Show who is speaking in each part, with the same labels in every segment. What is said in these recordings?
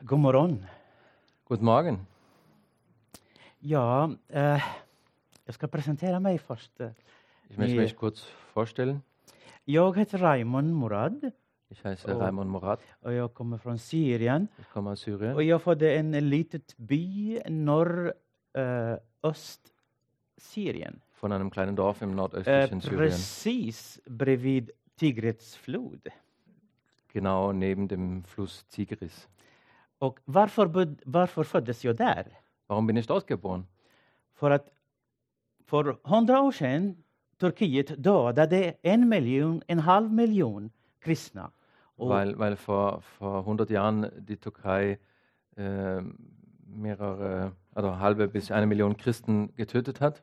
Speaker 1: God morgon.
Speaker 2: God morgen.
Speaker 1: Ja, eh, jag ska presentera mig först.
Speaker 2: Ich möchte
Speaker 1: Nee.
Speaker 2: mich kurz vorstellen.
Speaker 1: Jag heter Raymond Murad
Speaker 2: Ich heiße
Speaker 1: Oh.
Speaker 2: Raymond Morat.
Speaker 1: och jag kommer från Syrien.
Speaker 2: Ich komme aus Syrien.
Speaker 1: Och jag födde en liten by norr eh, öst Syrien.
Speaker 2: Von einem kleinen Dorf im
Speaker 1: Eh,
Speaker 2: nordöstlichen Syrien.
Speaker 1: precis bredvid Tigrets flod.
Speaker 2: Genau neben dem Fluss Tigris.
Speaker 1: Och varför, bud- varför föddes jag där?
Speaker 2: Warum bin ich dort geboren?
Speaker 1: För att för hundra år sedan Turkiet dödade en miljon, en halv miljon kristna. Och
Speaker 2: Weil, weil vor, vor 100 Jahren die Türkei äh, mehrere, also halbe bis eine Million Christen getötet hat.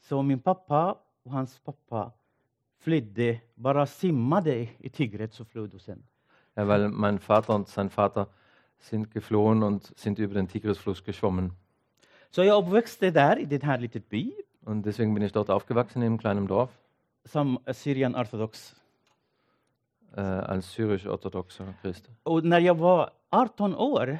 Speaker 1: Så min pappa och hans pappa flydde, bara simmade i Tigrets och flod och sen.
Speaker 2: Ja, weil mein Vater und sein Vater sind geflohen und sind über den Tigrisfluss geschwommen.
Speaker 1: Så jag uppväxte där i den här lilla by
Speaker 2: Und deswegen bin ich dort aufgewachsen, in einem kleinen Dorf,
Speaker 1: som Syrian-ortodox.
Speaker 2: äh, als syrisch-orthodoxer Christ.
Speaker 1: Och när jag var 18 år,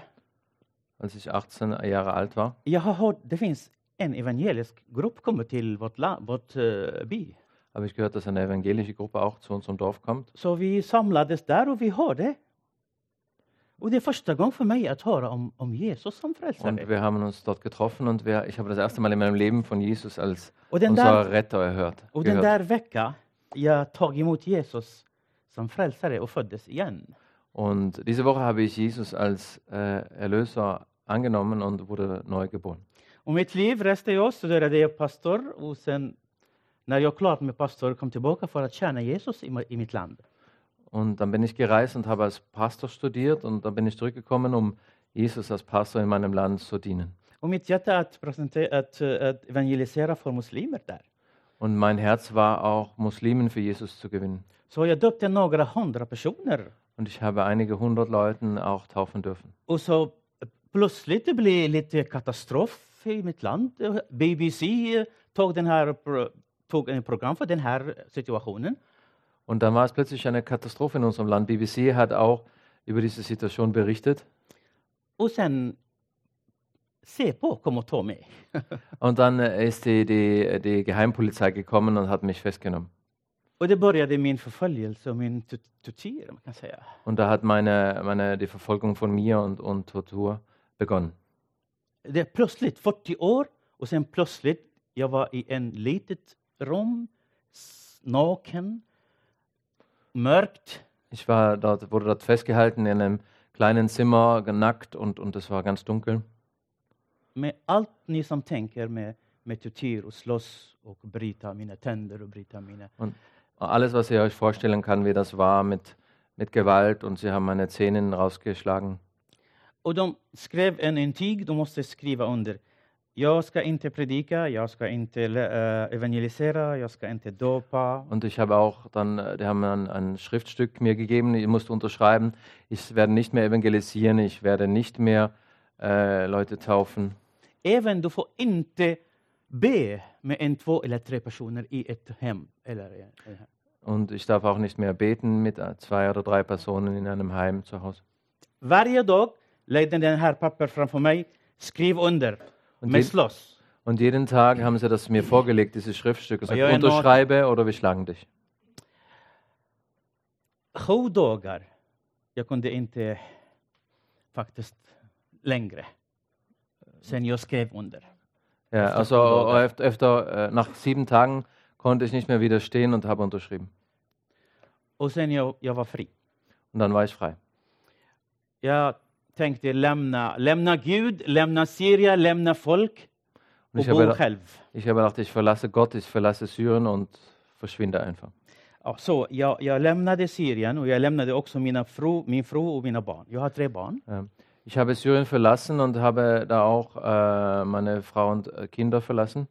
Speaker 2: Als ich 18 Jahre alt war,
Speaker 1: jag har hört, det finns en evangelisk grupp kommer till vårt, la, vårt eh, by.
Speaker 2: habe ich gehört, dass eine evangelische Gruppe auch zu unserem Dorf kommt.
Speaker 1: Så vi samlades där och vi hörde. Och det är första gången för mig att höra om, om Jesus som frälsare.
Speaker 2: Und wir haben uns dort getroffen und wir, ich habe das erste Mal in meinem Leben von Jesus als
Speaker 1: Och den där
Speaker 2: unser Retter erhört,
Speaker 1: Och den
Speaker 2: gehört.
Speaker 1: där veckan jag tog emot Jesus som frälsare och föddes igen.
Speaker 2: Und diese Woche habe ich Jesus als äh, Erlöser angenommen und wurde neu geboren.
Speaker 1: Och mitt liv reste jag, studerade jag pastor och sen när jag klart med pastor kom tillbaka för att tjäna Jesus i, ma- i mitt land.
Speaker 2: Und dann bin ich gereist und habe als Pastor studiert und dann bin ich zurückgekommen, um Jesus als Pastor in meinem Land zu dienen.
Speaker 1: Och mitt hjärta att, presentera- att, eh, att evangelisera för muslimer där.
Speaker 2: Und mein Herz war auch, Muslimen für Jesus zu gewinnen.
Speaker 1: Så jag döpte några hundra personer
Speaker 2: Und ich habe einige hundert Leuten auch taufen dürfen.
Speaker 1: och så plötsligt det blev lite katastrof i mitt land. BBC tog, den här, pro- tog en program för den här situationen.
Speaker 2: Und dann war es plötzlich eine Katastrophe in unserem Land. BBC hat auch über diese Situation berichtet.
Speaker 1: Och sen Säpo kom och tog mig.
Speaker 2: Und dann äh, ist die, die, die Geheimpolizei gekommen und hat mich festgenommen.
Speaker 1: Och det började min förföljelse och min tut- tortyr, man kan säga.
Speaker 2: Und da hat meine, meine, die Verfolgung von mir och und Tortur begonnen.
Speaker 1: Det är plötsligt 40 år och sen plötsligt, jag var i en litet rum, s- naken, mörkt.
Speaker 2: Ich war dort, wurde dort festgehalten in einem kleinen Zimmer, genackt und, und es war ganz dunkel.
Speaker 1: Med allt ni som tänker med, med tortyr och slåss och bryta mina tänder och bryta mina...
Speaker 2: Alles, was ihr euch vorstellen kann, wie das war mit, mit Gewalt und sie haben meine Zähne rausgeschlagen.
Speaker 1: Och de skrev en intyg, de måste skriva under. Jag ska inte predika, jag ska inte eh, evangelisera, jag ska inte döpa.
Speaker 2: Und ich habe auch dann, äh, die haben ein, ein Schriftstück mir gegeben, ich musste unterschreiben, ich werde nicht mehr evangelisieren, ich werde nicht mehr äh, Leute taufen.
Speaker 1: Även du får inte be med en, två eller tre personer i ett hem. Eller, i- i-
Speaker 2: Und ich darf auch nicht mehr beten mit äh, zwei oder drei Personen in einem Heim zu Hause.
Speaker 1: varje dag lägger den här papper framför mig. Skriv under.
Speaker 2: Und,
Speaker 1: Men
Speaker 2: je
Speaker 1: slåss.
Speaker 2: und jeden Tag haben sie das mir vorgelegt, dieses Schriftstück. Gesagt,
Speaker 1: Ja, in Ordnung.
Speaker 2: unterschreibe oder wir schlagen dich.
Speaker 1: Sju dagar. Jag kunde inte faktiskt längre. Sen jag skrev under.
Speaker 2: Ja,
Speaker 1: Efter
Speaker 2: also
Speaker 1: sieben Tagen.
Speaker 2: öfter, öfter, äh, nach sieben Tagen konnte ich nicht mehr widerstehen und habe unterschrieben.
Speaker 1: Och sen jag, jag var fri.
Speaker 2: Und dann war ich frei.
Speaker 1: Jag tänkte lämna, lämna Gud, lämna Syrien, lämna folk och
Speaker 2: Und ich habe,
Speaker 1: bo
Speaker 2: da-
Speaker 1: själv.
Speaker 2: ich habe gedacht, ich verlasse Gott, ich verlasse Syrien und verschwinde einfach.
Speaker 1: Ja, så jag, jag lämnade Syrien och jag lämnade också mina fru, min fru och mina barn. Jag har tre barn.
Speaker 2: Ähm, Ich habe Syrien verlassen und habe da auch äh, meine Frau und äh, Kinder verlassen.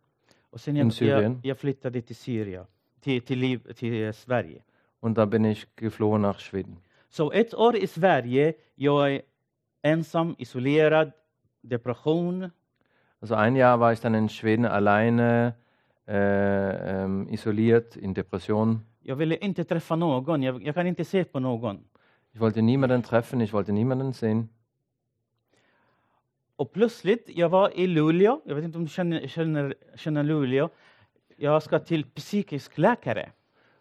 Speaker 1: Och sen
Speaker 2: In
Speaker 1: jag, jag,
Speaker 2: Syrien?
Speaker 1: jag flyttade till Syrien, till, till, liv, till eh, Sverige.
Speaker 2: Und da bin ich geflohen nach Schweden.
Speaker 1: Så ett år i Sverige, jag är ensam, isolerad, depression.
Speaker 2: Also ein Jahr war ich dann in Schweden alleine, äh, ähm, isoliert, in Depression.
Speaker 1: Jag ville inte träffa någon, jag, jag kan inte se på någon.
Speaker 2: Ich wollte niemanden treffen, ich wollte niemanden sehen.
Speaker 1: Och plötsligt, jag var i Luleå, jag vet inte om du känner, känner, känner Luleå, jag ska till psykisk läkare.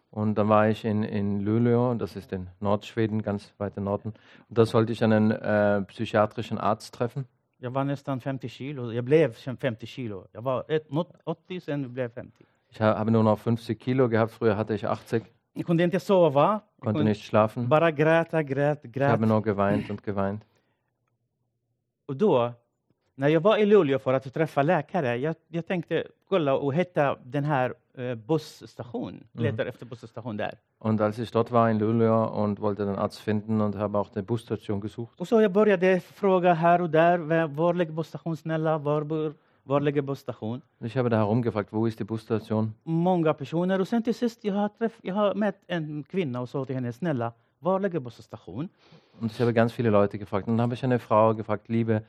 Speaker 2: Und dann war ich in, in Luleå, das ist in Nordschweden, ganz weit im Norden. Und da sollte ich einen äh, psychiatrischen Arzt treffen.
Speaker 1: Jag var nästan 50 kilo, jag blev 50 kilo. Jag var ett, något 80, sen blev jag 50.
Speaker 2: Ich ha, habe nur noch 50 Kilo gehabt, früher hatte ich 80,
Speaker 1: Jag kunde inte sova, jag
Speaker 2: konnte
Speaker 1: kunde
Speaker 2: nicht schlafen.
Speaker 1: bara gräta, grät,
Speaker 2: Ich
Speaker 1: grät.
Speaker 2: habe nur geweint und geweint.
Speaker 1: Och då, när jag var i Luleå för att träffa läkare, jag, jag tänkte kolla och hitta den här eh, busstationen, letar efter busstation där.
Speaker 2: Und als ich dort war in Luleå und wollte den Arzt finden und habe auch eine Busstation gesucht.
Speaker 1: Och så jag började fråga här och där, "Vä- var ligger busstation, snälla, var, bor, var ligger busstation?
Speaker 2: Und ich habe da herumgefragt, wo ist die Busstation?
Speaker 1: Många personer och sen till sist, jag har, träff, jag har mött en kvinna och sa till henne, snälla, var ligger busstation?
Speaker 2: Und ich habe ganz viele Leute gefragt. Und dann habe ich eine Frau gefragt, liebe,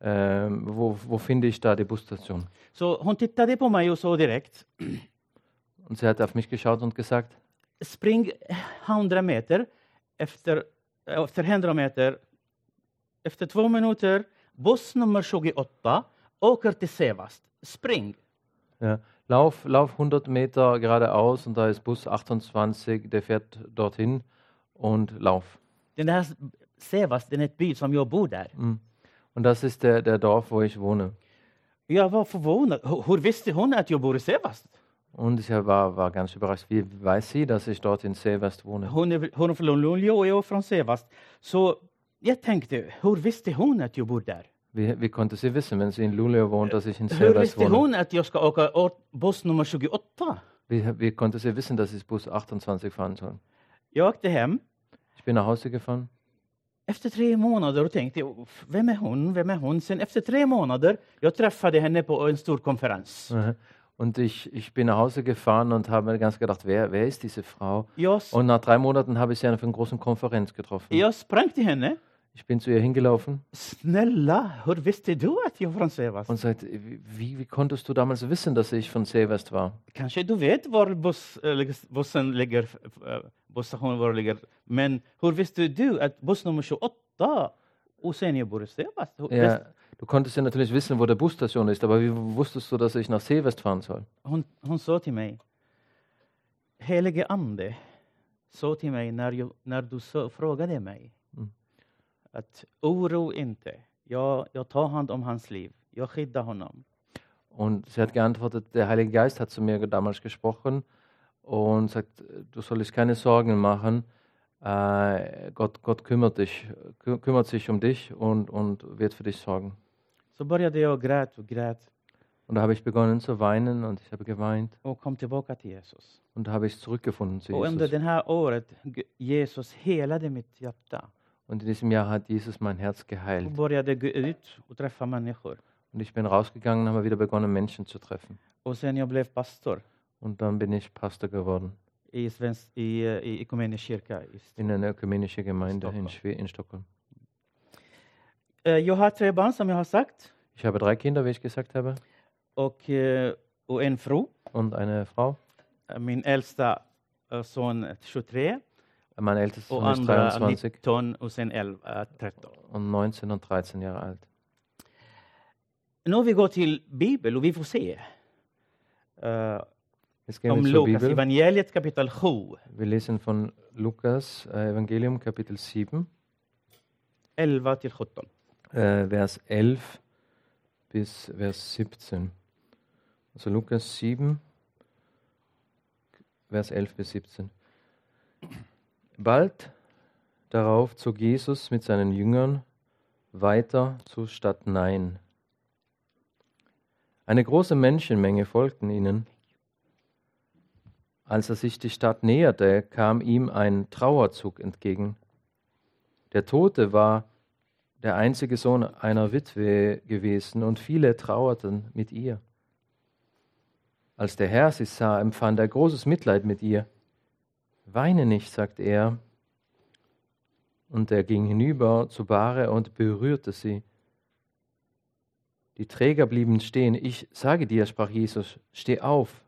Speaker 2: ähm, wo, wo finde ich da die Busstation?
Speaker 1: Så hon tittade på mig och sa direkt,
Speaker 2: Und sie hat auf mich geschaut und gesagt,
Speaker 1: spring 100 meter, efter, efter 100 meter, efter två minuter, buss nummer 28 åker till Sevast. Spring!
Speaker 2: ja, lauf, lauf 100 Meter geradeaus und da ist Bus 28, der fährt dorthin und lauf.
Speaker 1: Den här Sevast, den är ett by som jag bor där.
Speaker 2: Mm. Und das ist der, der Dorf, wo ich wohne.
Speaker 1: Jag var förvånad. Hur hur visste hon att jag bor i Sevast?
Speaker 2: Und ich war, war ganz überrascht, wie weiß sie, dass ich dort in Seevest wohne?
Speaker 1: Hon är, hon är från Luleå och jag är från Sevast. Så jag tänkte, hur visste hon att jag bor där?
Speaker 2: Wie, wie konnte sie wissen, wenn sie in Luleå wohnt, dass ich in
Speaker 1: Hur
Speaker 2: Seevest
Speaker 1: visste
Speaker 2: wohne?
Speaker 1: hon att jag ska åka åt buss nummer 28?
Speaker 2: Wie, wie konnte sie wissen, dass ich Bus 28 fahren soll?
Speaker 1: Jag åkte hem
Speaker 2: Ich bin nach Hause gefahren
Speaker 1: Efter tre månader och tänkte jag, vem är hon, vem är hon? Sen efter tre månader, jag träffade henne på en stor konferens.
Speaker 2: Aha. Und ich, ich bin nach Hause gefahren und habe mir ganz gedacht, wer, wer ist diese Frau?
Speaker 1: Jag, s-
Speaker 2: Und nach drei Monaten habe ich sie auf einer großen Konferenz getroffen.
Speaker 1: jag sprang till henne.
Speaker 2: Ich bin zu ihr hingelaufen
Speaker 1: Snälla, hur visste du att jag är från Sevast?
Speaker 2: und sagte, wie, wie konntest du damals wissen, dass ich von Seevest war?
Speaker 1: Kanske du vet var buss, eh, ligger- bussen ligger, eh, busstationen var ligger. Men hur visste du att buss nummer 28 och sen jag bor i Sevast? Hur
Speaker 2: Ja,
Speaker 1: visste-
Speaker 2: du konntest ja natürlich wissen, wo der Busstation ist, aber wie wusstest du, dass ich nach Seevest fahren soll?
Speaker 1: Hon, hon sa till mig, helige ande sa till mig när, jag, när du så, frågade mig
Speaker 2: Mm.
Speaker 1: att oro inte, jag, jag tar hand om hans liv, jag skyddar honom.
Speaker 2: Und sie hat geantwortet, der Heilige Geist hat zu mir damals gesprochen und sagt, du sollst keine Sorgen machen, äh, Gott, Gott kümmert, dich, kü- kümmert sich um dich und, und wird für dich sorgen.
Speaker 1: Så började jag grät och grät
Speaker 2: Und da habe ich begonnen zu weinen och ich habe geweint
Speaker 1: och kom tillbaka till Jesus.
Speaker 2: und da habe ich zurückgefunden zu
Speaker 1: Och under
Speaker 2: Jesus.
Speaker 1: det här året, G- Jesus helade mitt hjärta
Speaker 2: Und in diesem Jahr hat Jesus mein Herz
Speaker 1: och
Speaker 2: geheilt.
Speaker 1: började gå ut och träffa människor.
Speaker 2: Und ich bin rausgegangen und habe wieder begonnen, Menschen zu treffen.
Speaker 1: Och sen jag blev pastor
Speaker 2: Und dann bin ich Pastor geworden
Speaker 1: i, svensk, i, eh, i ekumenisk kyrka. i St-
Speaker 2: in einer ökumenischen Gemeinde in,
Speaker 1: Stockholm.
Speaker 2: Schwe in Stockholm.
Speaker 1: Eh, Jag har tre barn som jag har sagt.
Speaker 2: Ich habe drei Kinder, wie ich gesagt habe,
Speaker 1: och, eh, och en fru.
Speaker 2: und eine Frau.
Speaker 1: Min äldsta eh, son är 23
Speaker 2: Mein ältester
Speaker 1: och
Speaker 2: Sohn ist
Speaker 1: Oh, andra
Speaker 2: 23
Speaker 1: 19 och sen 11, eh, 13.
Speaker 2: und 19 und 13 Jahre alt.
Speaker 1: Nu vi går till Bibeln och vi får se. eh,
Speaker 2: Jetzt gehen
Speaker 1: om
Speaker 2: wir zur
Speaker 1: Lukas
Speaker 2: Bibel.
Speaker 1: evangeliet kapitel 7,
Speaker 2: Wir lesen von Lukas äh, Evangelium Kapitel 7,
Speaker 1: 11 till 17.
Speaker 2: äh, Vers 11 bis Vers 17. Also Lukas 7, Vers 11 bis 17. Bald darauf zog Jesus mit seinen Jüngern weiter zur Stadt Nain. Eine große Menschenmenge folgten ihnen. Als er sich die Stadt näherte, kam ihm ein Trauerzug entgegen. Der Tote war der einzige Sohn einer Witwe gewesen und viele trauerten mit ihr. Als der Herr sie sah, empfand er großes Mitleid mit ihr. Weine nicht, sagte er. Und er ging hinüber zu Bare und berührte sie. Die Träger blieben stehen. Ich sage dir, sprach Jesus, steh auf.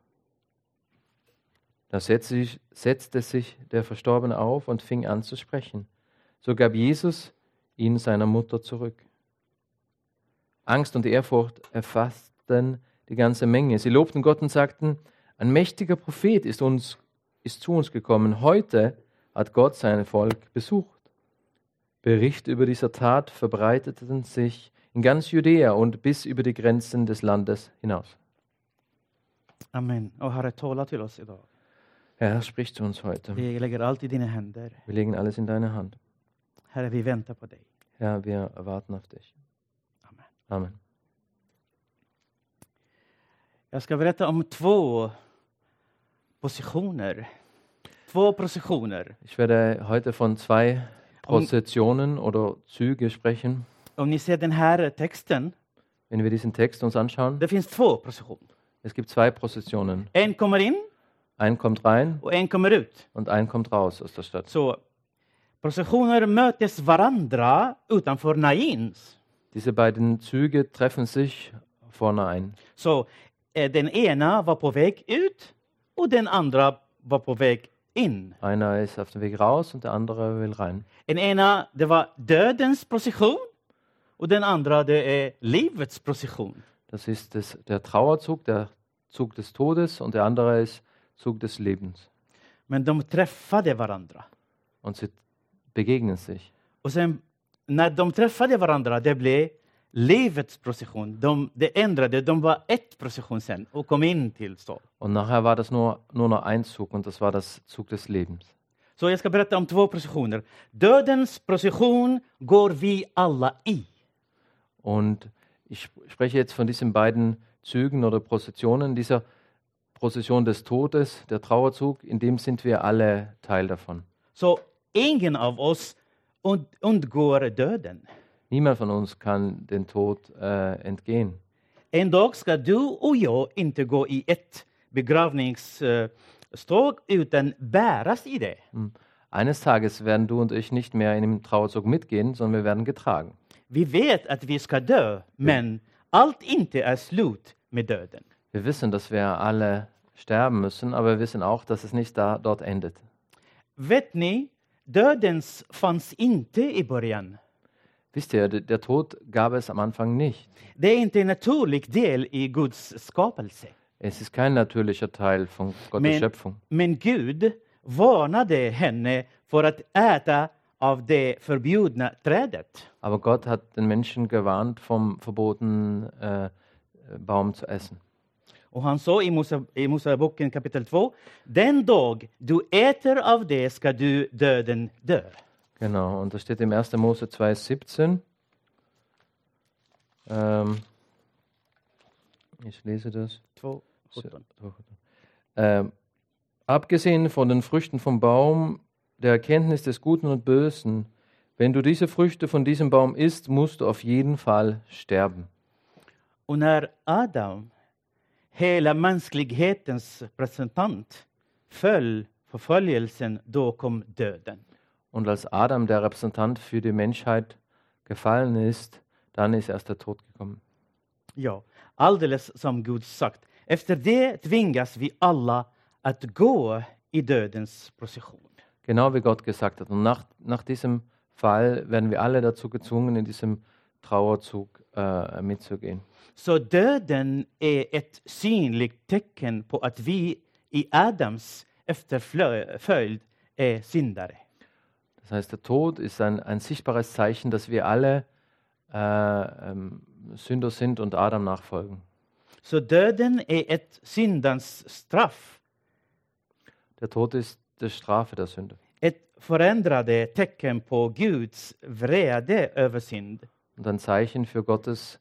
Speaker 2: Da setzte sich, setzte sich der Verstorbene auf und fing an zu sprechen. So gab Jesus ihn seiner Mutter zurück. Angst und Ehrfurcht erfassten die ganze Menge. Sie lobten Gott und sagten, ein mächtiger Prophet ist, uns, ist zu uns gekommen. Heute hat Gott sein Volk besucht. Bericht über dieser Tat verbreiteten sich in ganz Judäa und bis über die Grenzen des Landes hinaus.
Speaker 1: Amen. Och Herre, tala till oss idag.
Speaker 2: Herr, sprich zu uns heute.
Speaker 1: Vi lägger allt i dina händer.
Speaker 2: Wir legen alles in deine Hand.
Speaker 1: Herre, vi väntar på dig.
Speaker 2: Herr, wir erwarten auf dich.
Speaker 1: Amen.
Speaker 2: Amen.
Speaker 1: Jag ska berätta om två positioner. Två positioner.
Speaker 2: Ich werde heute von zwei Positionen oder Züge sprechen.
Speaker 1: Om ni ser den här texten,
Speaker 2: Wenn wir diesen Text uns anschauen,
Speaker 1: det finns två positioner.
Speaker 2: es gibt zwei Positionen.
Speaker 1: En kommer in
Speaker 2: Ein kommt rein
Speaker 1: och en kommer ut.
Speaker 2: und ein kommt raus aus der Stadt.
Speaker 1: Så positioner mötes varandra utanför Nains.
Speaker 2: Diese beiden Züge treffen sich vorne ein.
Speaker 1: Så eh, den ena var på väg ut och den andra var på väg in.
Speaker 2: Einer ist auf dem Weg raus und der andere will rein.
Speaker 1: Den ena det var dödens procession och den andra det är livets procession.
Speaker 2: Das ist das, der Trauerzug, der Zug des Todes und der andere ist Zug des Lebens.
Speaker 1: Men de träffade varandra.
Speaker 2: Und sie begegnen sich.
Speaker 1: Och sen när de träffade varandra, det blev livets procession. De, det ändrade, de var ett procession sen och kom in till stan.
Speaker 2: Und nachher war das nur, nur noch ein Zug und das war das Zug des Lebens.
Speaker 1: Så jag ska berätta om två processioner. Dödens procession går vi alla i.
Speaker 2: Und ich sp- spreche jetzt von diesen beiden Zügen oder Prozessionen, dieser Prozession des Todes, der Trauerzug, in dem sind wir alle Teil davon.
Speaker 1: Så ingen av oss und, undgår döden.
Speaker 2: Niemand von uns kann den Tod äh, entgehen.
Speaker 1: En dag ska du och jag inte gå i ett begravningsståg eh, utan bäras i det.
Speaker 2: Hm. Eines Tages werden du und ich nicht mehr in dem Trauerzug mitgehen, sondern wir werden getragen.
Speaker 1: Vi vet att vi ska dö, men allt inte är slut med döden.
Speaker 2: Wir wissen, dass wir alle sterben müssen, aber wir wissen auch, dass es nicht da, dort endet.
Speaker 1: Vet ni, dödens fanns inte i början.
Speaker 2: Wisst ihr, d- der Tod gab es am Anfang nicht.
Speaker 1: Det är inte en naturlig del i Guds skapelse.
Speaker 2: Es ist kein natürlicher Teil von Gottes
Speaker 1: Men-
Speaker 2: Schöpfung.
Speaker 1: Men Gud varnade henne för att äta av det förbjudna trädet.
Speaker 2: Aber Gott hat den Menschen gewarnt, vom verbotenen äh, Baum zu essen.
Speaker 1: Och han sa i Mose- i Moseboken kapitel 2, den dag du äter av det ska du döden dö.
Speaker 2: Genau, und das steht im 1. Mose 2,17. Ähm, ich lese das.
Speaker 1: 2,
Speaker 2: So, so, so. Ähm, abgesehen von den Früchten vom Baum der Erkenntnis des Guten und Bösen, wenn du diese Früchte von diesem Baum isst, musst du auf jeden Fall sterben.
Speaker 1: Och när Adam, hela mänsklighetens representant, föll förföljelsen, då kom döden.
Speaker 2: Und als Adam der Repräsentant für die Menschheit gefallen ist, dann ist erst der Tod gekommen.
Speaker 1: Ja, alldeles som Gud sagt. Efter det tvingas vi alla att gå i dödens procession.
Speaker 2: Genau wie Gott gesagt hat. Und nach, nach diesem Fall werden wir alle dazu gezwungen, in diesem Trauerzug äh, mitzugehen.
Speaker 1: Så döden är ett synligt tecken på att vi i Adams efterföljd är syndare.
Speaker 2: Das heißt, der Tod ist ein, ein sichtbares Zeichen, dass wir alle äh, ähm, Sünder sind und Adam nachfolgen.
Speaker 1: Så döden är ett syndans straff,
Speaker 2: Der Tod ist die Strafe der Sünde.
Speaker 1: ett förändrade tecken på Guds vrede över synd.
Speaker 2: Und ein Zeichen für Gottes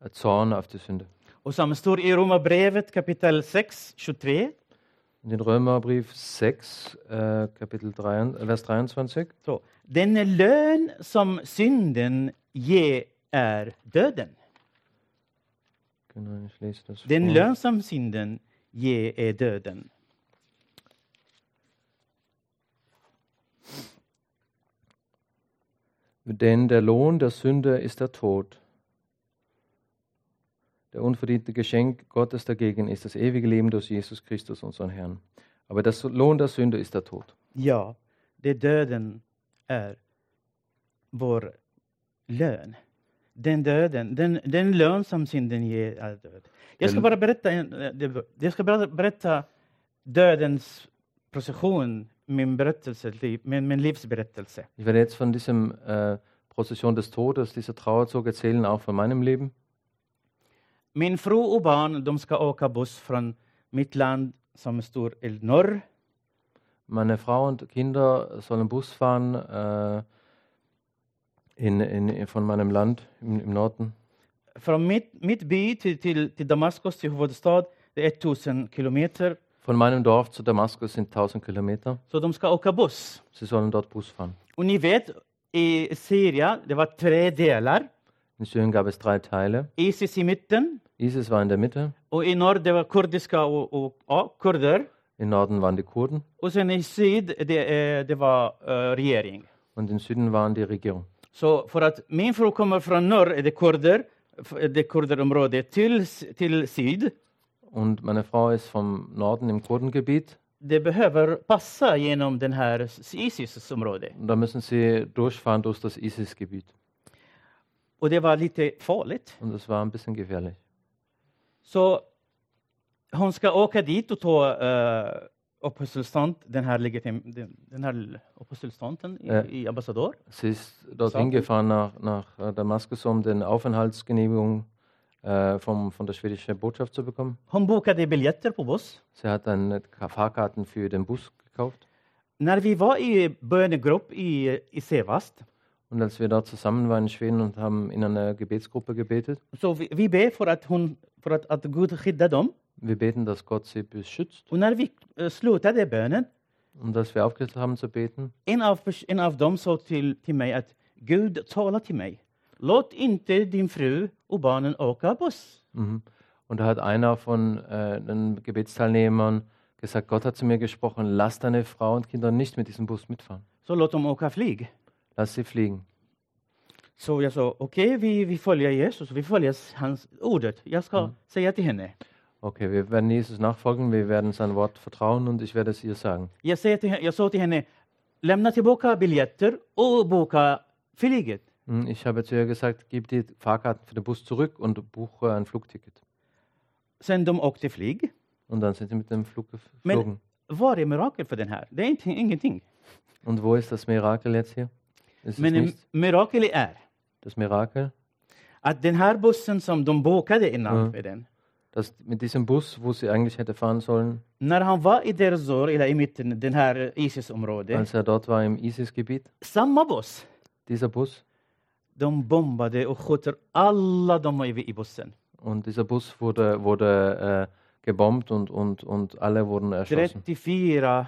Speaker 2: äh, Zorn auf die Sünde.
Speaker 1: Och som står i Romarbrevet kapitel 6, 23,
Speaker 2: In den Römerbrief 6, äh, Kapitel 3, und- Vers 23.
Speaker 1: så, den lön som synden ger är döden.
Speaker 2: Genau, ich lese das.
Speaker 1: Den
Speaker 2: vor.
Speaker 1: lön som synden ger är döden.
Speaker 2: Denn der Lohn der Sünde ist der Tod. Der unverdiente Geschenk Gottes dagegen ist das ewige Leben durch Jesus Christus, unseren Herrn. Aber der Lohn der Sünde ist der Tod.
Speaker 1: Ja, det döden är vår lön. Den döden, den, den lönsamheten den ger all död. Jag ska
Speaker 2: Den-
Speaker 1: bara berätta, en, eh, det- jag ska bara berätta dödens procession, min berättelse, liv- min, min livsberättelse.
Speaker 2: Ich werde jetzt von diesem äh, Prozession des Todes, dieser Trauerzug erzählen, auch von meinem Leben.
Speaker 1: Min fru och barn de ska åka buss från mitt land som står i norr
Speaker 2: Meine Frau und Kinder sollen Bus fahren äh, in, in, von meinem Land im, im Norden.
Speaker 1: Från mitt, mitt by till, till, till Damaskus, till huvudstad, det är 1000 kilometer.
Speaker 2: Von meinem Dorf zu Damaskus sind 1000 Kilometer.
Speaker 1: Så de ska åka buss.
Speaker 2: Sie sollen dort Bus fahren.
Speaker 1: Och ni vet, i Syrien, det var tre delar.
Speaker 2: In Syrien gab es drei Teile.
Speaker 1: ISIS i mitten
Speaker 2: ISIS war in der Mitte,
Speaker 1: och i norr det var kurdiska och, och ja, kurder.
Speaker 2: im Norden waren die Kurden
Speaker 1: Och sen i syd, det, är- det var eh, regering.
Speaker 2: und im Süden waren die Regierung.
Speaker 1: Så för att min fru kommer från norr, är det kurder, f- det kurderområdet, till, s- till syd.
Speaker 2: Und meine Frau ist vom Norden im Kurdengebiet.
Speaker 1: Det behöver passa genom den här s- ISIS-området.
Speaker 2: Und da müssen sie durchfahren durch das ISIS-Gebiet.
Speaker 1: Och det var lite farligt.
Speaker 2: Und das war ein bisschen gefährlich.
Speaker 1: Så hon ska åka dit och ta uh, uppehållstillstånd, den här, legitim, den, den här uppehållstillstånden i,
Speaker 2: Ja.
Speaker 1: i ambassadör.
Speaker 2: Sie ist dorthin
Speaker 1: Sachen.
Speaker 2: gefahren nach, nach äh, Damaskus, um den Aufenthaltsgenehmigung äh, vom, von der schwedischen Botschaft zu bekommen.
Speaker 1: Hon bokade biljetter på buss.
Speaker 2: Sie hat dann äh, Ka- Fahrkarten för den Bus gekauft.
Speaker 1: När vi var i bönegrupp i, i Sevast,
Speaker 2: Und als wir dort zusammen waren in Schweden und haben in einer Gebetsgruppe gebetet,
Speaker 1: så vi, vi ber för att, hon, för att, att Gud skyddar dem.
Speaker 2: wir beten, dass Gott sie beschützt.
Speaker 1: Och när vi eh, slutade bönen,
Speaker 2: Und als wir aufgehört haben zu beten,
Speaker 1: en av, pers- en av dem sa till, till mig att Gud tala till mig. Låt inte din fru och barnen åka buss.
Speaker 2: mhm, und da hat einer von äh, den Gebetsteilnehmern gesagt, Gott hat zu mir gesprochen, lass deine Frau und Kinder nicht mit diesem Bus mitfahren.
Speaker 1: Så låt dem åka flyg.
Speaker 2: Lass sie fliegen.
Speaker 1: Så jag sa, okej, vi, vi följer Jesus, vi följer hans ordet. Jag ska säga till henne.
Speaker 2: Okay, wir werden Jesus nachfolgen, wir werden sein Wort vertrauen und ich werde es ihr sagen.
Speaker 1: Jag, säger till, he- jag sa till henne, lämna tillbaka biljetter och boka flyget.
Speaker 2: Hm, Ich habe zu ihr gesagt, gib die Fahrkarten für den Bus zurück und buche ein Flugticket.
Speaker 1: Sen de åkte flyg.
Speaker 2: Und dann sind sie mit dem Flug gef-
Speaker 1: Men
Speaker 2: geflogen.
Speaker 1: var är mirakel för den här? Det är inte, ingenting.
Speaker 2: Und wo ist das Mirakel jetzt hier? Ist es
Speaker 1: Men
Speaker 2: nicht
Speaker 1: mirakel är
Speaker 2: das Mirakel?
Speaker 1: att den här bussen som de bokade innan
Speaker 2: Mm.
Speaker 1: för den,
Speaker 2: Dass mit diesem Bus, wo sie eigentlich hätte fahren sollen,
Speaker 1: när han var i Derzor, eller i mitten, den här ISIS-området,
Speaker 2: als er dort war im ISIS-Gebiet,
Speaker 1: samma buss,
Speaker 2: dieser Bus,
Speaker 1: de bombade och skjuter alla de var i bussen.
Speaker 2: und dieser Bus wurde, wurde äh, gebombt und, und, und alle wurden erschossen.
Speaker 1: 34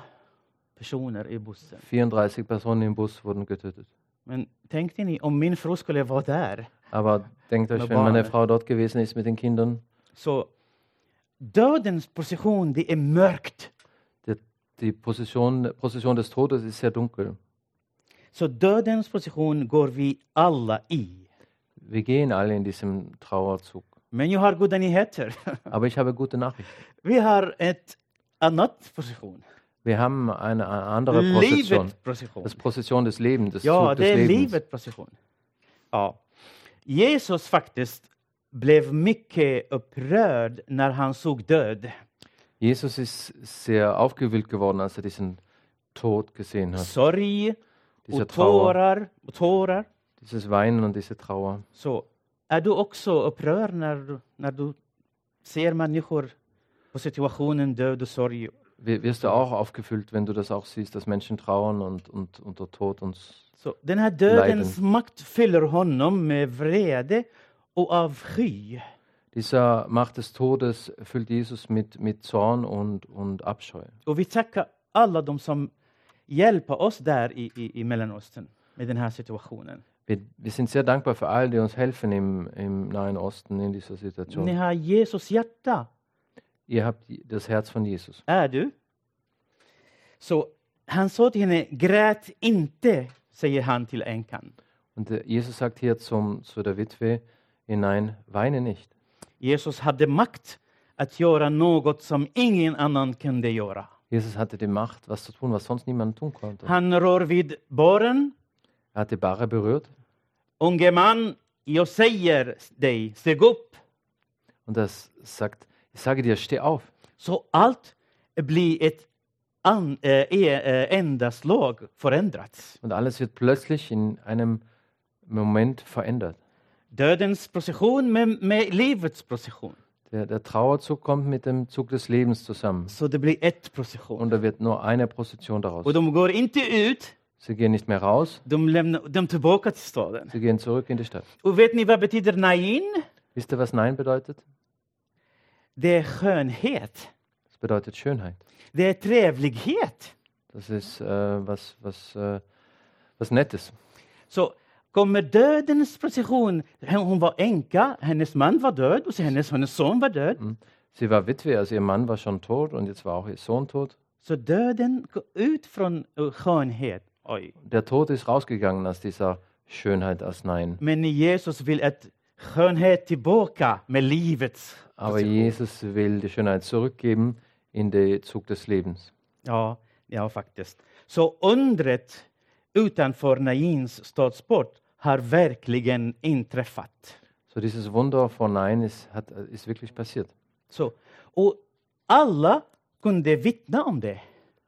Speaker 1: personer i bussen.
Speaker 2: 34 Personen im Bus wurden getötet.
Speaker 1: Men tänkte ni om min fru skulle vara där?
Speaker 2: Aber denkt euch,
Speaker 1: Eine
Speaker 2: wenn meine
Speaker 1: Bahn.
Speaker 2: Frau dort gewesen ist mit den Kindern,
Speaker 1: Så dödens position, det är mörkt.
Speaker 2: die, die Position, Position des Todes ist sehr dunkel.
Speaker 1: Så dödens position går vi alla i.
Speaker 2: Wir gehen alle in diesem Trauerzug.
Speaker 1: Men jag har goda nyheter.
Speaker 2: Aber ich habe gute Nachrichten.
Speaker 1: Vi har ett annat position.
Speaker 2: Wir haben eine, eine andere Position.
Speaker 1: Livet position.
Speaker 2: Das Position des Lebens, des
Speaker 1: Ja,
Speaker 2: Zug
Speaker 1: det
Speaker 2: des
Speaker 1: är
Speaker 2: Lebens.
Speaker 1: livet position. Ja. Jesus faktiskt blev mycket upprörd när han såg död.
Speaker 2: Jesus ist sehr aufgewühlt geworden, als er diesen Tod gesehen hat.
Speaker 1: Sorg
Speaker 2: Diese
Speaker 1: och
Speaker 2: Trauer,
Speaker 1: tårar. Och tårar.
Speaker 2: dieses Weinen und diese Trauer.
Speaker 1: Så är du också upprörd när du, när du ser människor på situationen död och sorg?
Speaker 2: Wir- Wirst du auch aufgefüllt, wenn du das auch siehst, dass Menschen trauern und, und, und der Tod uns
Speaker 1: Så den här dödens makt fyller honom med vrede och avsky.
Speaker 2: Dieser Macht des Todes füllt Jesus mit, mit Zorn und, und Abscheu.
Speaker 1: Och vi tackar alla de som hjälper oss där i, i, i Mellanöstern med den här situationen.
Speaker 2: Wir, wir sind sehr dankbar für all, die uns helfen im, im Nahen Osten in dieser Situation.
Speaker 1: Ni har Jesus hjärta,
Speaker 2: Ihr habt die- das Herz von Jesus.
Speaker 1: är du. Så han sa till henne, grät inte, säger han till änkan.
Speaker 2: Und äh, Jesus sagt hier zum, zu der Witwe, hinein, weine nicht.
Speaker 1: Jesus hade makt att göra något som ingen annan kunde göra.
Speaker 2: Jesus hatte die Macht, was zu tun, was sonst niemand tun konnte.
Speaker 1: Han rör vid barnen.
Speaker 2: Er hat die Barre berührt.
Speaker 1: Unge man, Jag säger dig, steg upp.
Speaker 2: Und das sagt, ich sage dir, steh auf.
Speaker 1: Så allt blir ett an, eh, e- eh, enda slag förändrats.
Speaker 2: Und alles wird plötzlich in einem Moment verändert.
Speaker 1: Dödens procession med, med livets procession.
Speaker 2: Der, der Trauerzug kommt mit dem Zug des Lebens zusammen.
Speaker 1: Så det blir ett procession.
Speaker 2: Und da wird nur eine Prozession daraus.
Speaker 1: Och de går inte ut,
Speaker 2: Sie gehen nicht mehr raus,
Speaker 1: de lämnar dem tillbaka till staden.
Speaker 2: sie gehen zurück in die Stadt.
Speaker 1: Och vet ni vad betyder nain?
Speaker 2: Wisst ihr, was Nein bedeutet?
Speaker 1: Det är skönhet.
Speaker 2: Es bedeutet Schönheit.
Speaker 1: Det är trevlighet.
Speaker 2: Das ist äh, was, was, äh, was Nettes.
Speaker 1: Så kommer dödens procession. Hon hon var änka, hennes man var död och så hennes, hennes son var död.
Speaker 2: Sie war Witwe, also ihr Mann war schon tot und jetzt war auch ihr Sohn tot.
Speaker 1: Så döden går ut från eh, skönhet. Oj.
Speaker 2: Der Tod ist rausgegangen aus dieser Schönheit, aus Nein.
Speaker 1: Men Jesus vill att skönhet tillbaka med livets.
Speaker 2: Aber Jesus will die Schönheit zurückgeben in den Zug des Lebens.
Speaker 1: Ja, ja, faktiskt. Så undret utanför Nains stadsport har verkligen inträffat.
Speaker 2: So dieses Wunder von Nein ist, hat, ist wirklich passiert.
Speaker 1: Så, och alla kunde vittna om det.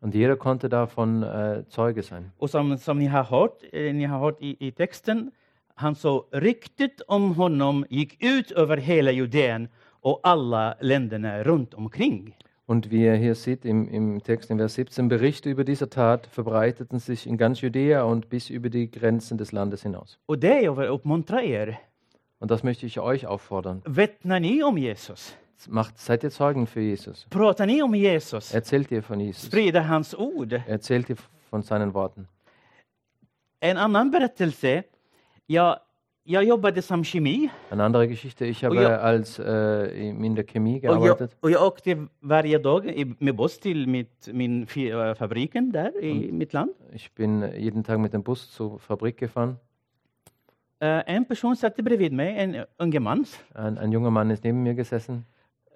Speaker 2: Und jeder konnte davon äh, Zeuge sein.
Speaker 1: Och som, som ni har hört, eh, ni har hört i, i texten, han sa ryktet om honom gick ut över hela Judeen och alla länderna runt omkring.
Speaker 2: Und wie ihr hier seht im, im Text in Vers 17, Berichte über diese Tat verbreiteten sich in ganz Judäa und bis über die Grenzen des Landes hinaus.
Speaker 1: Och det jag vill uppmuntra er.
Speaker 2: Und das möchte ich euch auffordern.
Speaker 1: Vittnar ni om Jesus?
Speaker 2: Macht, seid ihr Zeugen für Jesus.
Speaker 1: Pratar ni om Jesus?
Speaker 2: Erzählt ihr von Jesus.
Speaker 1: Sprider hans ord?
Speaker 2: Erzählt ihr von seinen Worten.
Speaker 1: En annan berättelse. Jag, jag jobbade som kemi
Speaker 2: Eine andere Geschichte, ich habe
Speaker 1: Oh ja. Oh
Speaker 2: als äh, im- in der Chemie
Speaker 1: och jag,
Speaker 2: gearbeitet
Speaker 1: och jag åkte varje dag i, med buss till mitt, min fi- eh, fabriken där i
Speaker 2: Mm.
Speaker 1: mitt land.
Speaker 2: Ich bin jeden Tag mit dem Bus zur Fabrik gefahren.
Speaker 1: Eh, en person satt bredvid mig, en unge man.
Speaker 2: Ein, ein junger Mann ist neben mir gesessen.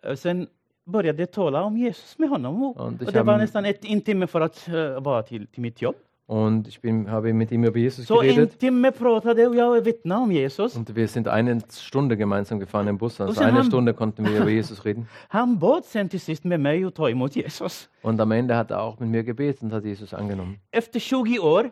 Speaker 1: Eh, Sen började jag tala om Jesus med honom. Och,
Speaker 2: Ja,
Speaker 1: och
Speaker 2: det
Speaker 1: det var
Speaker 2: kan-
Speaker 1: nästan ett, en timme för att eh, vara till, till mitt jobb.
Speaker 2: Und ich bin, habe mit ihm über Jesus
Speaker 1: Så en
Speaker 2: geredet.
Speaker 1: timme pratade och jag vittnade om Jesus.
Speaker 2: Und wir sind eine Stunde gemeinsam gefahren im Bus. Also
Speaker 1: sie
Speaker 2: eine
Speaker 1: haben-
Speaker 2: Stunde konnten wir über Jesus reden.
Speaker 1: Han bad sen till sist med mig att ta emot Jesus.
Speaker 2: Und am Ende hat er auch mit mir gebetet und hat Jesus angenommen.
Speaker 1: Efter 20 år,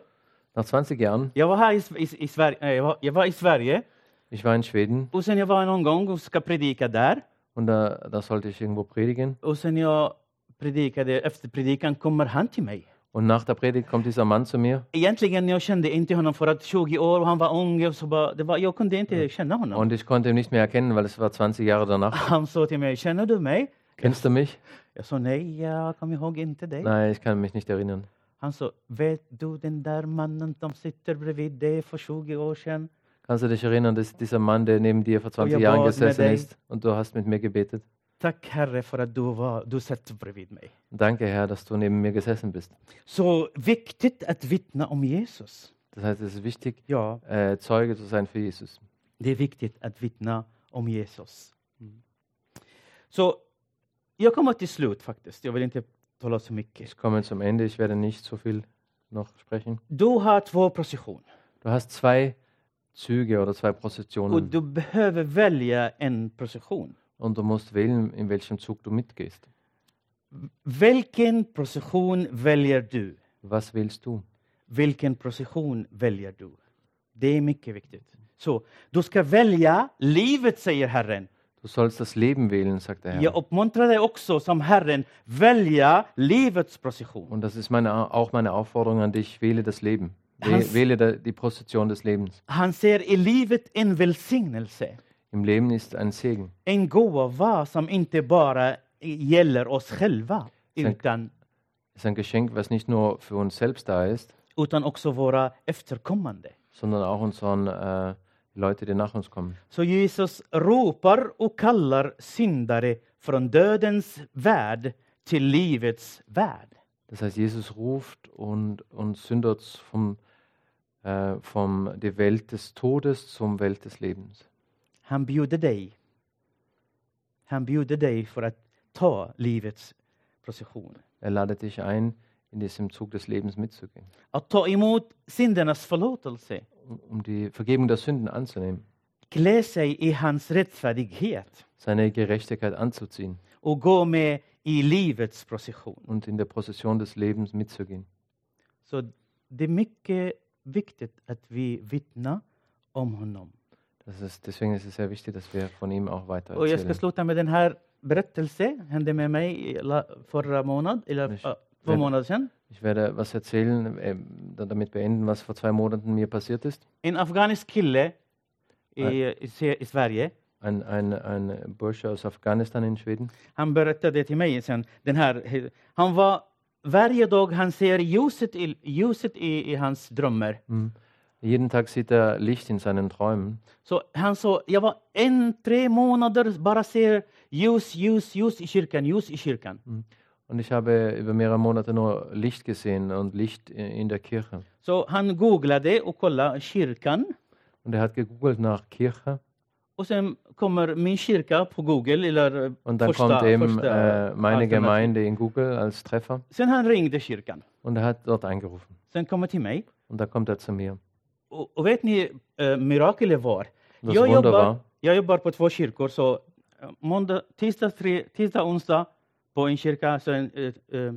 Speaker 2: Nach 20 Jahren,
Speaker 1: jag var här i, Sv- i, i Sverige, eh, jag var, jag var i Sverige
Speaker 2: ich war in Schweden
Speaker 1: och sen jag var någon gång och ska predika där.
Speaker 2: und da, da sollte ich irgendwo predigen.
Speaker 1: Och sen jag predikade, efter predikan kommer han till mig.
Speaker 2: Und nach der Predigt kommt dieser Mann zu mir
Speaker 1: Egentligen jag kände inte honom för att 20 år och han var ung och så bara, det var, jag kunde inte känna honom.
Speaker 2: und ich konnte ihn nicht mehr erkennen, weil es war 20 Jahre danach.
Speaker 1: Han sa till mig, känner du mig?
Speaker 2: Kennst du mich?
Speaker 1: Jag sa nej, jag kommer ihåg inte dig.
Speaker 2: Nein, ich kann mich nicht erinnern.
Speaker 1: Han sa, vet du den där mannen som sitter bredvid dig för 20 år sedan?
Speaker 2: Kannst du dich erinnern, dass dieser Mann, der neben dir vor 20
Speaker 1: ihr
Speaker 2: Jahren
Speaker 1: wart mit
Speaker 2: gesessen
Speaker 1: mir.
Speaker 2: ist und du hast mit mir gebetet?
Speaker 1: Tack Herre för att du, var, du satt bredvid mig.
Speaker 2: Danke, Herr, dass du neben mir gesessen bist.
Speaker 1: Så viktigt att vittna om Jesus.
Speaker 2: Das heißt, es ist wichtig,
Speaker 1: Ja,
Speaker 2: äh, Zeuge zu sein für Jesus.
Speaker 1: det är viktigt att vittna om Jesus. Så jag kommer till slut faktiskt. Jag vill inte tala så mycket.
Speaker 2: Ich komme zum Ende, ich werde nicht so viel noch sprechen.
Speaker 1: Du har två positioner
Speaker 2: Du hast zwei Züge oder zwei
Speaker 1: och
Speaker 2: Positionen
Speaker 1: du behöver välja en position.
Speaker 2: und du musst wählen, in welchem Zug du mitgehst.
Speaker 1: Vilken position väljer du?
Speaker 2: Was wählst du?
Speaker 1: Vilken position väljer du? Det är mycket viktigt. Så du ska välja livet, säger Herren.
Speaker 2: Du sollst das Leben wählen, sagt der Herr.
Speaker 1: Jag uppmuntrar dig också som Herren, välja livets position.
Speaker 2: Und das ist meine, auch meine Aufforderung an dich, wähle das Leben. Wäh-
Speaker 1: Hans-
Speaker 2: Wähle da- die Position des Lebens.
Speaker 1: Han ser i livet en välsignelse,
Speaker 2: Im Leben ist ein Segen.
Speaker 1: en gåva som inte bara gäller oss själva, utan,
Speaker 2: Es ist ein Geschenk, was nicht nur für uns selbst da ist,
Speaker 1: utan också våra efterkommande.
Speaker 2: sondern auch unseren äh, Leute, die nach uns kommen.
Speaker 1: Så Jesus ropar och kallar syndare från dödens värld till livets värld.
Speaker 2: Das heißt, Jesus ruft und uns Sünder z- vom, äh, vom die Welt des Todes zum Welt des Lebens.
Speaker 1: Han bjuder dig. Han bjuder dig för att ta livets procession.
Speaker 2: Er ladet dich ein, in diesem Zug des Lebens mitzugehen,
Speaker 1: Att ta emot syndernas förlåtelse.
Speaker 2: um, um die Vergebung der Sünden anzunehmen.
Speaker 1: klä sig i hans rättfärdighet
Speaker 2: seine Gerechtigkeit anzuziehen
Speaker 1: och gå med i livets procession.
Speaker 2: und in der Prozession des Lebens mitzugehen.
Speaker 1: Så det är mycket viktigt att vi vittnar om honom.
Speaker 2: Das ist, deswegen ist es sehr wichtig, dass wir von ihm auch weiter
Speaker 1: Och jag ska
Speaker 2: erzählen.
Speaker 1: sluta med den här berättelsen. hände med mig i la- förra månad, eller
Speaker 2: Visst.
Speaker 1: äh, två månader sedan.
Speaker 2: Ich werde was erzählen, ähm, dann damit beenden, was vor zwei Monaten mir passiert ist.
Speaker 1: En afghansk kille i,
Speaker 2: Nej.
Speaker 1: i, Se- i Sverige,
Speaker 2: Ein, ein, ein Bursche aus Afghanistan in Schweden.
Speaker 1: han berättade till mig sen, den här, han var, varje dag han ser ljuset i, ljuset i, i hans drömmar.
Speaker 2: Mhm. Jeden Tag sieht er Licht in seinen Träumen.
Speaker 1: Så han sa, jag var en, tre månader bara ser ljus, ljus, ljus i kyrkan, ljus i kyrkan.
Speaker 2: Und ich habe über mehrere Monate nur Licht gesehen und Licht i- in der Kirche.
Speaker 1: Så han googlade och kollade kyrkan.
Speaker 2: Und er hat gegoogelt nach Kirche
Speaker 1: Och sen kommer min kyrka på Google, eller eh,
Speaker 2: und dann
Speaker 1: första,
Speaker 2: kommt eben
Speaker 1: första
Speaker 2: äh, meine
Speaker 1: alternativ.
Speaker 2: Gemeinde in Google als Treffer
Speaker 1: Sen han ringde kyrkan.
Speaker 2: und er hat dort angerufen.
Speaker 1: Sen kommer till mig.
Speaker 2: Und da kommt er zu mir.
Speaker 1: Och, och vet ni, äh, miraklet var,
Speaker 2: Das
Speaker 1: Ja, ja,
Speaker 2: Wunder
Speaker 1: aber-
Speaker 2: war,
Speaker 1: jag jobbar på två kyrkor, så eh, måndag, tisdag, tre, tisdag, onsdag på en kyrka, sen eh, eh, ja,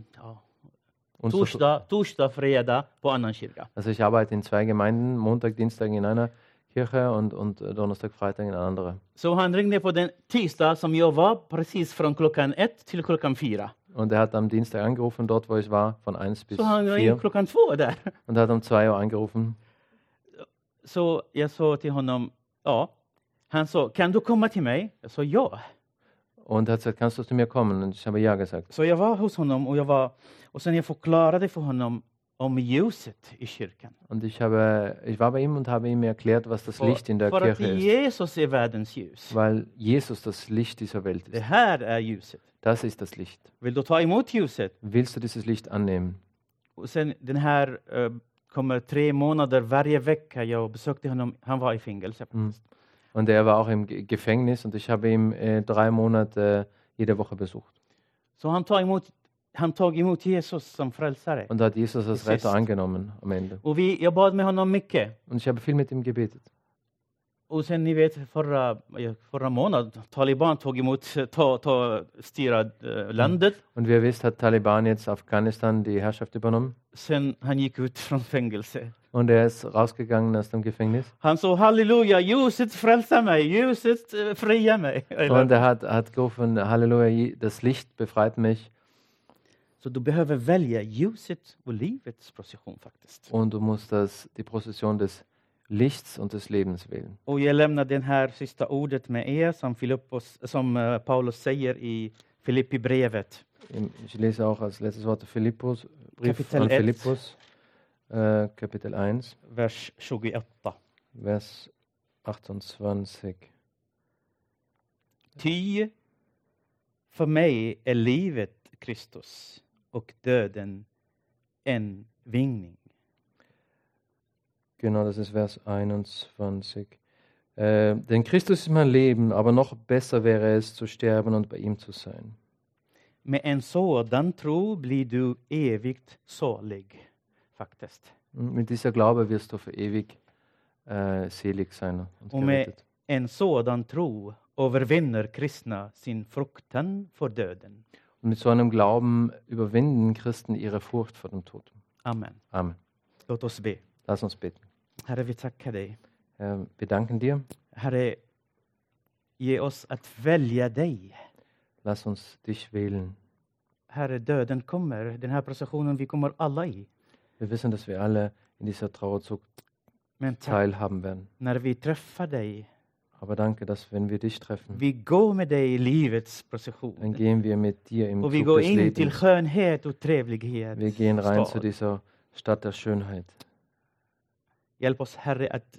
Speaker 2: uns das-
Speaker 1: torsdag, torsdag, fredag på annan kyrka.
Speaker 2: also ich arbeite in zwei Gemeinden, Montag, Dienstag in einer Kirche und, und äh, Donnerstag, Freitag in einer anderen.
Speaker 1: Så han ringde på den tisdag som jag var precis från klockan ett till klockan fyra.
Speaker 2: Und er hat am Dienstag angerufen, dort wo ich war, von 1 bis
Speaker 1: Så han ringde
Speaker 2: 4.
Speaker 1: klockan två där.
Speaker 2: Und er hat um 2 Uhr angerufen.
Speaker 1: Så jag sa till honom, ja. Han sa, kan du komma till mig? Jag sa ja.
Speaker 2: Und hat gesagt, kannst du zu mir kommen? Und ich habe ja gesagt.
Speaker 1: Så jag var hos honom och jag var och sen jag förklarade för honom om ljuset i kyrkan.
Speaker 2: Und ich, habe, ich war bei ihm und habe ihm erklärt, was das
Speaker 1: Och
Speaker 2: Licht in der
Speaker 1: för att
Speaker 2: Kirche ist.
Speaker 1: Jesus är världens ljus.
Speaker 2: Weil Jesus das Licht dieser Welt
Speaker 1: Det
Speaker 2: ist.
Speaker 1: här är ljuset.
Speaker 2: Das ist das Licht.
Speaker 1: Vill du ta emot ljuset?
Speaker 2: Willst du dieses Licht annehmen?
Speaker 1: Och sen den här eh, kommer tre månader varje vecka. Jag besökte honom. Han var i fängelse.
Speaker 2: Mm. Und er war auch im Ge- Gefängnis und ich habe ihn äh, drei Monate äh, jede Woche besucht.
Speaker 1: Så han tog emot, han tog emot Jesus som frälsare.
Speaker 2: Und da hat Jesus als
Speaker 1: Es
Speaker 2: Retter
Speaker 1: ist-
Speaker 2: angenommen am Ende.
Speaker 1: Och vi, jag bad med honom mycket.
Speaker 2: Und ich habe viel mit ihm gebetet.
Speaker 1: Och sen ni vet förra, ja, förra månaden, Taliban tog emot, eh, ta, ta, styra eh, landet.
Speaker 2: Und wie ihr wisst, hat Taliban jetzt Afghanistan die Herrschaft übernommen.
Speaker 1: Sen han gick ut från fängelse.
Speaker 2: Und er ist rausgegangen aus dem Gefängnis.
Speaker 1: Han sa halleluja, ljuset frälsa mig, ljuset eh, fria mig. Eller-
Speaker 2: Und er hat, hat gerufen, Halleluja, Je- das Licht befreit mich.
Speaker 1: Så du behöver välja ljuset och livets position faktiskt.
Speaker 2: Und du musst das, die Prozession des Lichts und des Lebens wählen.
Speaker 1: Och jag lämnar det här sista ordet med er som, Filippos, som eh, Paulus säger i Filippi-brevet.
Speaker 2: Im- Ich lese auch als letztes Wort Philippus, Brief
Speaker 1: Kapitel
Speaker 2: an
Speaker 1: 11.
Speaker 2: Philippus, äh, Kapitel 1.
Speaker 1: vers 28.
Speaker 2: Vers 28.
Speaker 1: Ty för mig är livet Kristus och döden en vinning.
Speaker 2: Genau, das ist Vers 21. Äh, denn Christus ist mein Leben, aber noch besser wäre es, zu sterben und bei ihm zu sein.
Speaker 1: Med en sådan tro blir du evigt salig. Faktiskt.
Speaker 2: Und Hm, mit dieser Glaube wirst du für ewig äh, selig sein und
Speaker 1: Und mit-
Speaker 2: gerettet.
Speaker 1: En sådan tro övervinner kristna sin fruktan för döden.
Speaker 2: Und mit so einem Glauben überwinden Christen ihre Furcht vor dem Tod.
Speaker 1: Amen.
Speaker 2: Amen.
Speaker 1: Låt oss be.
Speaker 2: Lass uns beten.
Speaker 1: Herre, vi tackar dig.
Speaker 2: Herr, wir danken dir.
Speaker 1: Herre, ge oss att välja dig.
Speaker 2: Lass uns dich wählen.
Speaker 1: Herre, döden kommer. Den här processionen vi kommer alla i.
Speaker 2: Wir wissen, dass wir alle in dieser Trauerzug
Speaker 1: Men tack,
Speaker 2: teilhaben werden.
Speaker 1: när vi träffar dig,
Speaker 2: Aber danke, dass wenn wir dich treffen,
Speaker 1: vi går med dig i livets
Speaker 2: dann
Speaker 1: procession.
Speaker 2: gehen wir mit dir im
Speaker 1: Och vi
Speaker 2: Zug
Speaker 1: går
Speaker 2: des
Speaker 1: Oh, in till
Speaker 2: Lebens.
Speaker 1: skönhet och trevlighet.
Speaker 2: Wir gehen rein zu
Speaker 1: stad.
Speaker 2: dieser Stadt der Schönheit.
Speaker 1: Hjälp oss, Herre, att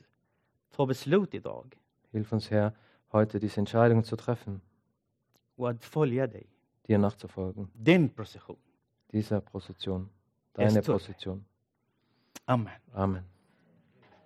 Speaker 1: ta beslut idag
Speaker 2: Hilf uns, Herr, heute diese Entscheidung zu treffen,
Speaker 1: och att följa dig.
Speaker 2: dir nachzufolgen,
Speaker 1: Din procession.
Speaker 2: dieser Position,
Speaker 1: Es
Speaker 2: deine
Speaker 1: tut.
Speaker 2: Position.
Speaker 1: Amen.
Speaker 2: Amen.